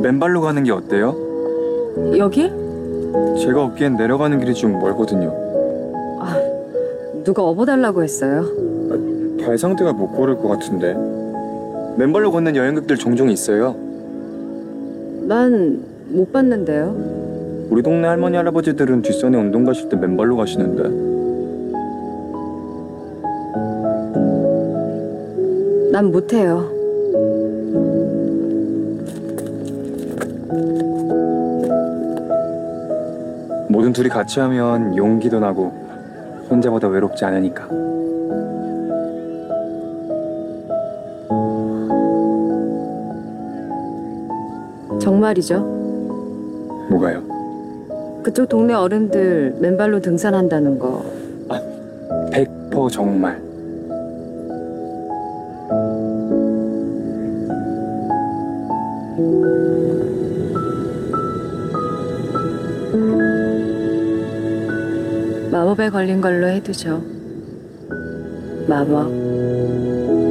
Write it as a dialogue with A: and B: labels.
A: 맨발로 가는 게 어때요?
B: 여기?
A: 제가 없기엔 내려가는 길이 좀 멀거든요.
B: 누가 업어달라고 했어요.
A: 발 상태가 못 고를 것 같은데. 맨발로 걷는 여행객들 종종 있어요.
B: 난 못 봤는데요.
A: 우리 동네 할머니 할아버지들은 뒷산에 운동 가실 때 맨발로 가시는데.
B: 난 못해요.
A: 뭐든 둘이 같이 하면 용기도 나고 혼자보다 외롭지 않으니까.
B: 정말이죠.
A: 뭐가요?
B: 그쪽 동네 어른들 맨발로 등산한다는 거.
A: 100% 정말.
B: 마법에 걸린 걸로 해두죠. 마법.